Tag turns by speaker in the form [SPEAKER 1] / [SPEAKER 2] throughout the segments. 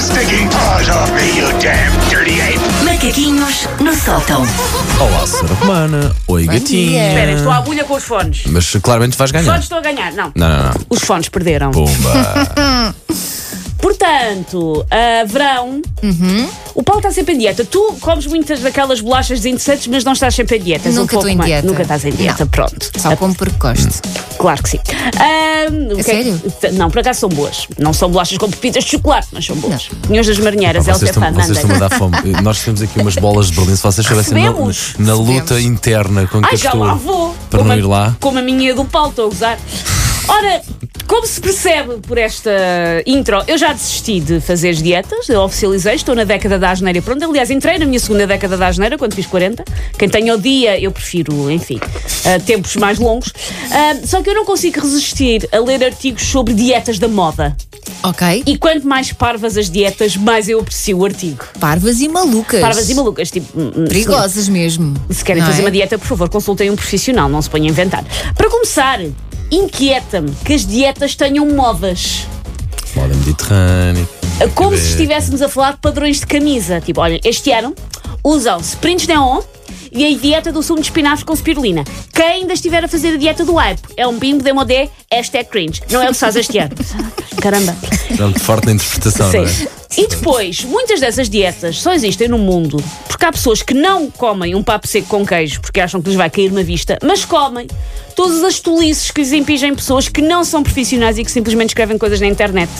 [SPEAKER 1] sticking paws off me, you damn dirty ape!
[SPEAKER 2] Macaquinhos no sótão.
[SPEAKER 3] Olá, senhora Romana. Oi, gatinha.
[SPEAKER 4] Espera, estou à agulha com os fones.
[SPEAKER 3] Mas claramente vais ganhar.
[SPEAKER 4] Fones estou a ganhar, não.
[SPEAKER 3] Não, não, não.
[SPEAKER 4] Os fones perderam.
[SPEAKER 3] Pumba.
[SPEAKER 4] Portanto, ah, verão,
[SPEAKER 2] Uhum.
[SPEAKER 4] o Paulo está sempre em dieta. Tu comes muitas daquelas bolachas de insetos, mas não estás sempre em dieta. És um
[SPEAKER 2] Nunca estou
[SPEAKER 4] pouco
[SPEAKER 2] em
[SPEAKER 4] mais-
[SPEAKER 2] dieta.
[SPEAKER 4] Nunca estás em dieta,
[SPEAKER 2] Não.
[SPEAKER 4] pronto. Ah,
[SPEAKER 2] Só como porque gosto.
[SPEAKER 4] Claro que sim. Ah, o que
[SPEAKER 2] sério?
[SPEAKER 4] que- Não, por acaso são boas. Não são bolachas com pepitas de chocolate, mas são boas. Minhas das marinheiras,
[SPEAKER 3] Vocês
[SPEAKER 4] Elsa é
[SPEAKER 3] estão,
[SPEAKER 4] fã,
[SPEAKER 3] vocês estão a
[SPEAKER 4] mandem.
[SPEAKER 3] dar fome. Eh, Nós temos aqui umas bolas de Berlim. Se vocês soubessem na,
[SPEAKER 4] Recebemos.
[SPEAKER 3] na luta interna com que
[SPEAKER 4] Ai,
[SPEAKER 3] eu
[SPEAKER 4] já
[SPEAKER 3] estou
[SPEAKER 4] lá vou.
[SPEAKER 3] para
[SPEAKER 4] Como
[SPEAKER 3] não
[SPEAKER 4] a-
[SPEAKER 3] ir lá.
[SPEAKER 4] Como a minha do Paulo, estou a gozar. Ora, como se percebe por esta intro, eu já desisti de fazer as dietas, eu oficializei, estou na década da asneira e pronto. Aliás, entrei na minha segunda década da asneira, quando fiz 40. Quem tem o dia, eu prefiro, enfim, ah, tempos mais longos. Ah, só que eu não consigo resistir a ler artigos sobre dietas da moda.
[SPEAKER 2] Ok?
[SPEAKER 4] E quanto mais parvas as dietas, mais eu aprecio o artigo.
[SPEAKER 2] Parvas e
[SPEAKER 3] É
[SPEAKER 2] malucas.
[SPEAKER 4] Parvas e malucas, tipo. hum, hum,
[SPEAKER 2] Perigosas mesmo.
[SPEAKER 4] se querem
[SPEAKER 2] não
[SPEAKER 4] fazer
[SPEAKER 2] é?
[SPEAKER 4] uma dieta, por favor, consultem um profissional, não se ponham a inventar. Para começar, inquieta-me que as dietas tenham modas.
[SPEAKER 3] Moda mediterrânea.
[SPEAKER 4] Como se
[SPEAKER 3] Cadê?
[SPEAKER 4] estivéssemos a falar de padrões de camisa. Tipo, olha, este ano usam-se prints neon e a dieta do sumo de espinafres com spirulina. Quem ainda estiver a fazer a dieta do hype é um bimbo de modé, hashtag cringe. Não é o que se faz este ano. Caramba.
[SPEAKER 3] Portanto, forte na interpretação, não
[SPEAKER 4] Sim.
[SPEAKER 3] é?
[SPEAKER 4] E depois, muitas dessas dietas só existem no mundo porque há pessoas que não comem um papo seco com queijo porque acham que lhes vai cair na vista, mas comem todas as tolices que lhes impingem pessoas que não são profissionais e que simplesmente escrevem coisas na internet.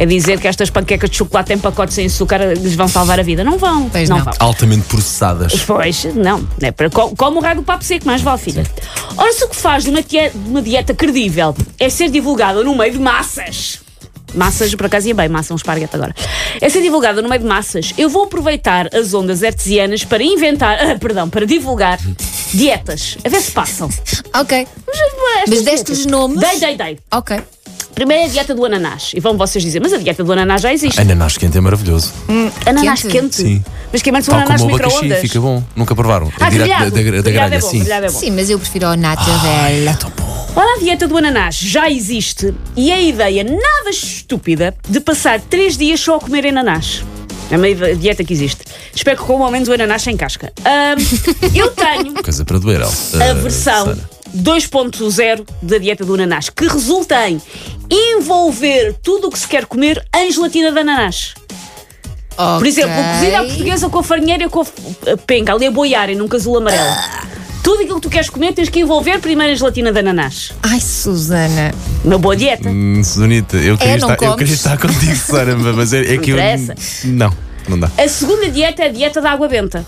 [SPEAKER 4] A dizer que estas panquecas de chocolate em pacote sem açúcar lhes vão salvar a vida. Não vão.
[SPEAKER 2] Pois não.
[SPEAKER 4] vão.
[SPEAKER 3] Altamente processadas.
[SPEAKER 4] Pois, não. É para, co- come o raio do papo seco, mais vale, filha. Ora, se o que faz de uma, tie- de uma dieta credível é ser divulgada no meio de massas. Massas, por acaso ia bem, massa é um esparguete agora. É ser divulgada no meio de massas. Eu vou aproveitar as ondas artesianas para inventar, ah, perdão, para divulgar dietas. A ver se passam.
[SPEAKER 2] Ok.
[SPEAKER 4] Mas, ah, estas
[SPEAKER 2] Mas deste-lhes
[SPEAKER 4] dietas-
[SPEAKER 2] nomes?
[SPEAKER 4] Dei, dei, dei.
[SPEAKER 2] Ok.
[SPEAKER 4] Primeiro é a dieta do ananás. E vão vocês dizer, mas a dieta do ananás já existe.
[SPEAKER 3] Ananás quente é maravilhoso.
[SPEAKER 4] Ananás
[SPEAKER 2] Quente?
[SPEAKER 4] quente?
[SPEAKER 3] Sim.
[SPEAKER 4] Mas queimar-se um
[SPEAKER 3] Tal
[SPEAKER 4] ananás
[SPEAKER 3] como
[SPEAKER 4] no
[SPEAKER 3] o abacaxi,
[SPEAKER 4] micro-ondas.
[SPEAKER 3] fica bom. Nunca provaram.
[SPEAKER 4] Ah,
[SPEAKER 3] É direto
[SPEAKER 4] grelhado.
[SPEAKER 3] da, da, da
[SPEAKER 4] Grelhado
[SPEAKER 3] grelha,
[SPEAKER 4] é bom,
[SPEAKER 3] sim.
[SPEAKER 4] grelhado é bom.
[SPEAKER 2] Sim, mas eu prefiro ao Natural.
[SPEAKER 4] Ora, a dieta do ananás já existe e a ideia nada estúpida de passar três dias só a comer ananás. É uma ide- dieta que existe. Espero que comam ao menos o ananás sem casca. Ahm, eu tenho
[SPEAKER 3] Coisa para doer, Elsa.
[SPEAKER 4] a
[SPEAKER 3] Ah,
[SPEAKER 4] versão
[SPEAKER 3] Sara.
[SPEAKER 4] 2.0 da dieta do ananás, que resulta em envolver tudo o que se quer comer em gelatina de ananás. Por exemplo, é
[SPEAKER 2] Ok.
[SPEAKER 4] cozida à portuguesa com a farinheira e com a f- a penca, ali a boiarem num casulo amarelo. Tudo aquilo que tu queres comer tens que envolver primeiro a gelatina de ananás.
[SPEAKER 2] Ai, Susana.
[SPEAKER 4] Uma boa dieta.
[SPEAKER 3] Hum, Sonita, eu queria,
[SPEAKER 2] não
[SPEAKER 3] estar, eu
[SPEAKER 2] comes?
[SPEAKER 3] queria estar contigo, Sara, mas é, é que eu.
[SPEAKER 4] interessa.
[SPEAKER 3] Não, não dá.
[SPEAKER 4] A segunda dieta é a dieta da água benta,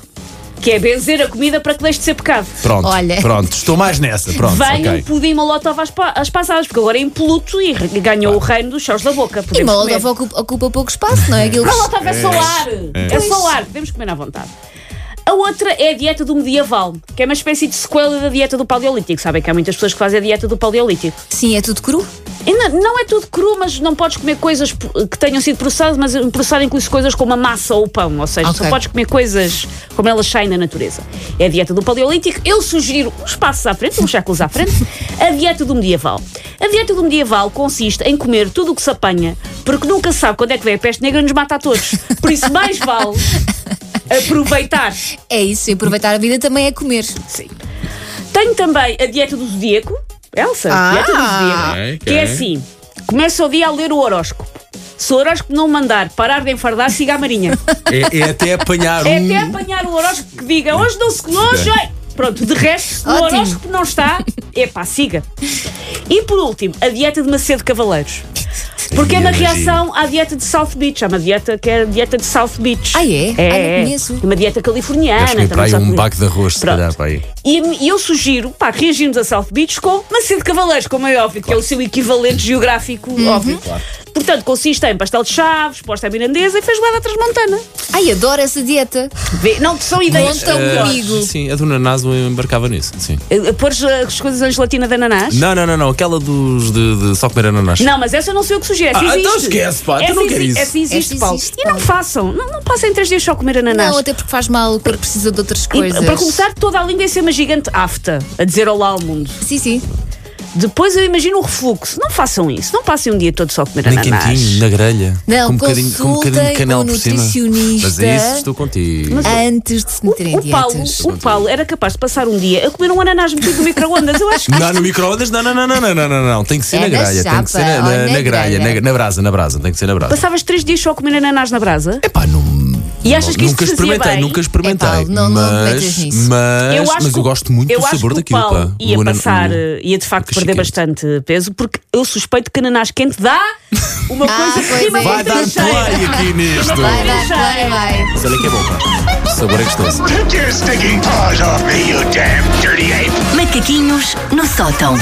[SPEAKER 4] que é benzer a comida para que deixe de ser pecado.
[SPEAKER 3] Pronto,
[SPEAKER 2] Olha.
[SPEAKER 3] pronto, estou mais nessa, pronto,
[SPEAKER 4] Venha
[SPEAKER 3] ok.
[SPEAKER 4] um pudim molotov às, pa- às passadas, porque agora é impoluto e re- ganhou o reino dos chós da boca.
[SPEAKER 2] E
[SPEAKER 4] Podemos
[SPEAKER 2] Moldova
[SPEAKER 4] comer.
[SPEAKER 2] ocupa, ocupa pouco espaço, não é? Aquilo que-
[SPEAKER 4] Molotov é só ar! É, só ar, podemos comer à vontade. A outra é a dieta do medieval, que é uma espécie de sequela da dieta do paleolítico. Sabem que há muitas pessoas que fazem a dieta do paleolítico.
[SPEAKER 2] Sim, é tudo cru.
[SPEAKER 4] E não, não é tudo cru, mas não podes comer coisas p- que tenham sido processadas, mas processar inclui coisas como a massa ou o pão. Ou seja,
[SPEAKER 2] Ok.
[SPEAKER 4] só podes comer coisas como elas saem da natureza. É a dieta do paleolítico. Eu sugiro uns passos à frente, uns séculos à frente, a dieta do medieval. A dieta do medieval consiste em comer tudo o que se apanha, porque nunca se sabe quando é que vem a peste negra e nos mata a todos. Por isso, mais vale aproveitar.
[SPEAKER 2] É isso, e aproveitar a vida também é comer.
[SPEAKER 4] Sim. Tenho também a dieta do zodíaco. Elsa,
[SPEAKER 2] Ah!
[SPEAKER 4] dieta do zodíaco.
[SPEAKER 3] Ok,
[SPEAKER 4] Que é
[SPEAKER 3] ok.
[SPEAKER 4] assim: começa o dia a ler o horóscopo. Se o horóscopo não mandar parar de enfardar, siga a marinha.
[SPEAKER 3] É, é até apanhar
[SPEAKER 4] É
[SPEAKER 2] Hum.
[SPEAKER 3] um.
[SPEAKER 4] até apanhar o horóscopo que diga hoje não se colou, hoje. vai." Pronto, de resto, se o
[SPEAKER 2] Ótimo.
[SPEAKER 4] horóscopo não está, epá, siga. E por último, a dieta de Macedo Cavaleiros. Porque é uma
[SPEAKER 3] Imagino.
[SPEAKER 4] reação à dieta de South Beach. É uma dieta que é a dieta de South Beach.
[SPEAKER 2] Ah, é?
[SPEAKER 4] É,
[SPEAKER 2] Ah, não
[SPEAKER 4] é.
[SPEAKER 2] conheço.
[SPEAKER 4] Uma dieta californiana.
[SPEAKER 3] Acho que para
[SPEAKER 4] também
[SPEAKER 3] aí
[SPEAKER 4] só
[SPEAKER 3] um
[SPEAKER 4] comi.
[SPEAKER 3] baco de arroz, se
[SPEAKER 4] Pronto.
[SPEAKER 3] calhar, para aí.
[SPEAKER 4] E a mim- e eu sugiro, pá, reagirmos a South Beach com Macedo Cavaleiros, como é óbvio, que é o seu equivalente geográfico
[SPEAKER 3] Uhum.
[SPEAKER 4] óbvio. Portanto, consiste em pastel de chaves, posta à mirandesa e feijoada transmontana.
[SPEAKER 2] Ai, adoro essa dieta.
[SPEAKER 4] Vê, não, são ideias
[SPEAKER 2] Monta
[SPEAKER 4] tão
[SPEAKER 2] um
[SPEAKER 4] melhores.
[SPEAKER 2] comigo.
[SPEAKER 3] Ah, Sim, a do Nanás embarcava nisso. Sim.
[SPEAKER 4] Eh, Pôres eh, as coisas na gelatina de ananás?
[SPEAKER 3] Não, não, não, não. Aquela dos de, de só comer ananás.
[SPEAKER 4] Não, mas essa eu não sei o que sugiro. Essa
[SPEAKER 3] Ah,
[SPEAKER 4] existe.
[SPEAKER 3] então esquece, pá, tu
[SPEAKER 4] Essa
[SPEAKER 3] não quer
[SPEAKER 4] exi-
[SPEAKER 3] isso.
[SPEAKER 4] Essa existe,
[SPEAKER 2] Essa
[SPEAKER 4] Paulo.
[SPEAKER 2] existe,
[SPEAKER 4] E não
[SPEAKER 2] Paulo.
[SPEAKER 4] façam. Não, não passem três dias só a comer ananás.
[SPEAKER 2] Não, até porque faz mal, o corpo precisa de outras
[SPEAKER 4] E,
[SPEAKER 2] coisas.
[SPEAKER 4] para começar, toda a língua é ser uma gigante afta a dizer olá ao mundo.
[SPEAKER 2] Sim, sim.
[SPEAKER 4] Depois eu imagino o refluxo. Não façam isso. Não passem um dia todo só a comer
[SPEAKER 3] Nem
[SPEAKER 4] ananás.
[SPEAKER 3] quentinho, na grelha.
[SPEAKER 2] Não,
[SPEAKER 3] com um bocadinho, com um bocadinho de
[SPEAKER 2] consultem
[SPEAKER 3] canela
[SPEAKER 2] um
[SPEAKER 3] por cima.
[SPEAKER 2] nutricionista.
[SPEAKER 3] Mas é isso, estou contigo.
[SPEAKER 2] Antes de se meterem em
[SPEAKER 4] O Paulo,
[SPEAKER 2] dietas.
[SPEAKER 4] o Paulo era capaz de passar um dia a comer um ananás metido no microondas. Eu acho que
[SPEAKER 3] Não, no microondas, não, não, não, não, não, não, não, não. Tem que ser
[SPEAKER 2] É
[SPEAKER 3] na
[SPEAKER 2] na
[SPEAKER 3] grelha. Tem que ser na,
[SPEAKER 2] chapa,
[SPEAKER 3] na,
[SPEAKER 2] ou
[SPEAKER 3] na
[SPEAKER 2] na
[SPEAKER 3] grelha,
[SPEAKER 2] grelha.
[SPEAKER 3] na, na brasa, na brasa. Tem que ser na brasa.
[SPEAKER 4] passavas três dias só a comer ananás na brasa.
[SPEAKER 3] Epá, não.
[SPEAKER 4] E achas que isto
[SPEAKER 3] É, nunca
[SPEAKER 4] fazia
[SPEAKER 3] experimentei,
[SPEAKER 4] bem?
[SPEAKER 3] nunca experimentei.
[SPEAKER 2] Epá, É não- não metas
[SPEAKER 3] mas,
[SPEAKER 2] nisso.
[SPEAKER 3] mas,
[SPEAKER 4] eu acho
[SPEAKER 3] mas
[SPEAKER 4] que
[SPEAKER 3] eu
[SPEAKER 4] o-
[SPEAKER 3] gosto muito
[SPEAKER 4] eu
[SPEAKER 3] do
[SPEAKER 4] acho
[SPEAKER 3] sabor
[SPEAKER 4] que o
[SPEAKER 3] daquilo.
[SPEAKER 4] Paulo
[SPEAKER 3] pá.
[SPEAKER 4] Ia
[SPEAKER 3] O anan-
[SPEAKER 4] passar,
[SPEAKER 3] o-
[SPEAKER 4] eh, ia de facto
[SPEAKER 3] que
[SPEAKER 4] perder
[SPEAKER 3] chiquete.
[SPEAKER 4] bastante peso, porque eu suspeito que ananás quente dá uma
[SPEAKER 2] Ah,
[SPEAKER 4] coisa
[SPEAKER 2] pois
[SPEAKER 4] que rima
[SPEAKER 2] é.
[SPEAKER 4] com
[SPEAKER 3] Vai dar
[SPEAKER 4] trincheira.
[SPEAKER 3] play aqui nisto.
[SPEAKER 2] Vai, vai, vai, vai.
[SPEAKER 3] Isso olha que é bom, pá. O sabor é gostoso.
[SPEAKER 1] Take your stinking paws off me, you damn dirty ape!
[SPEAKER 5] Macaquinhos no sótão.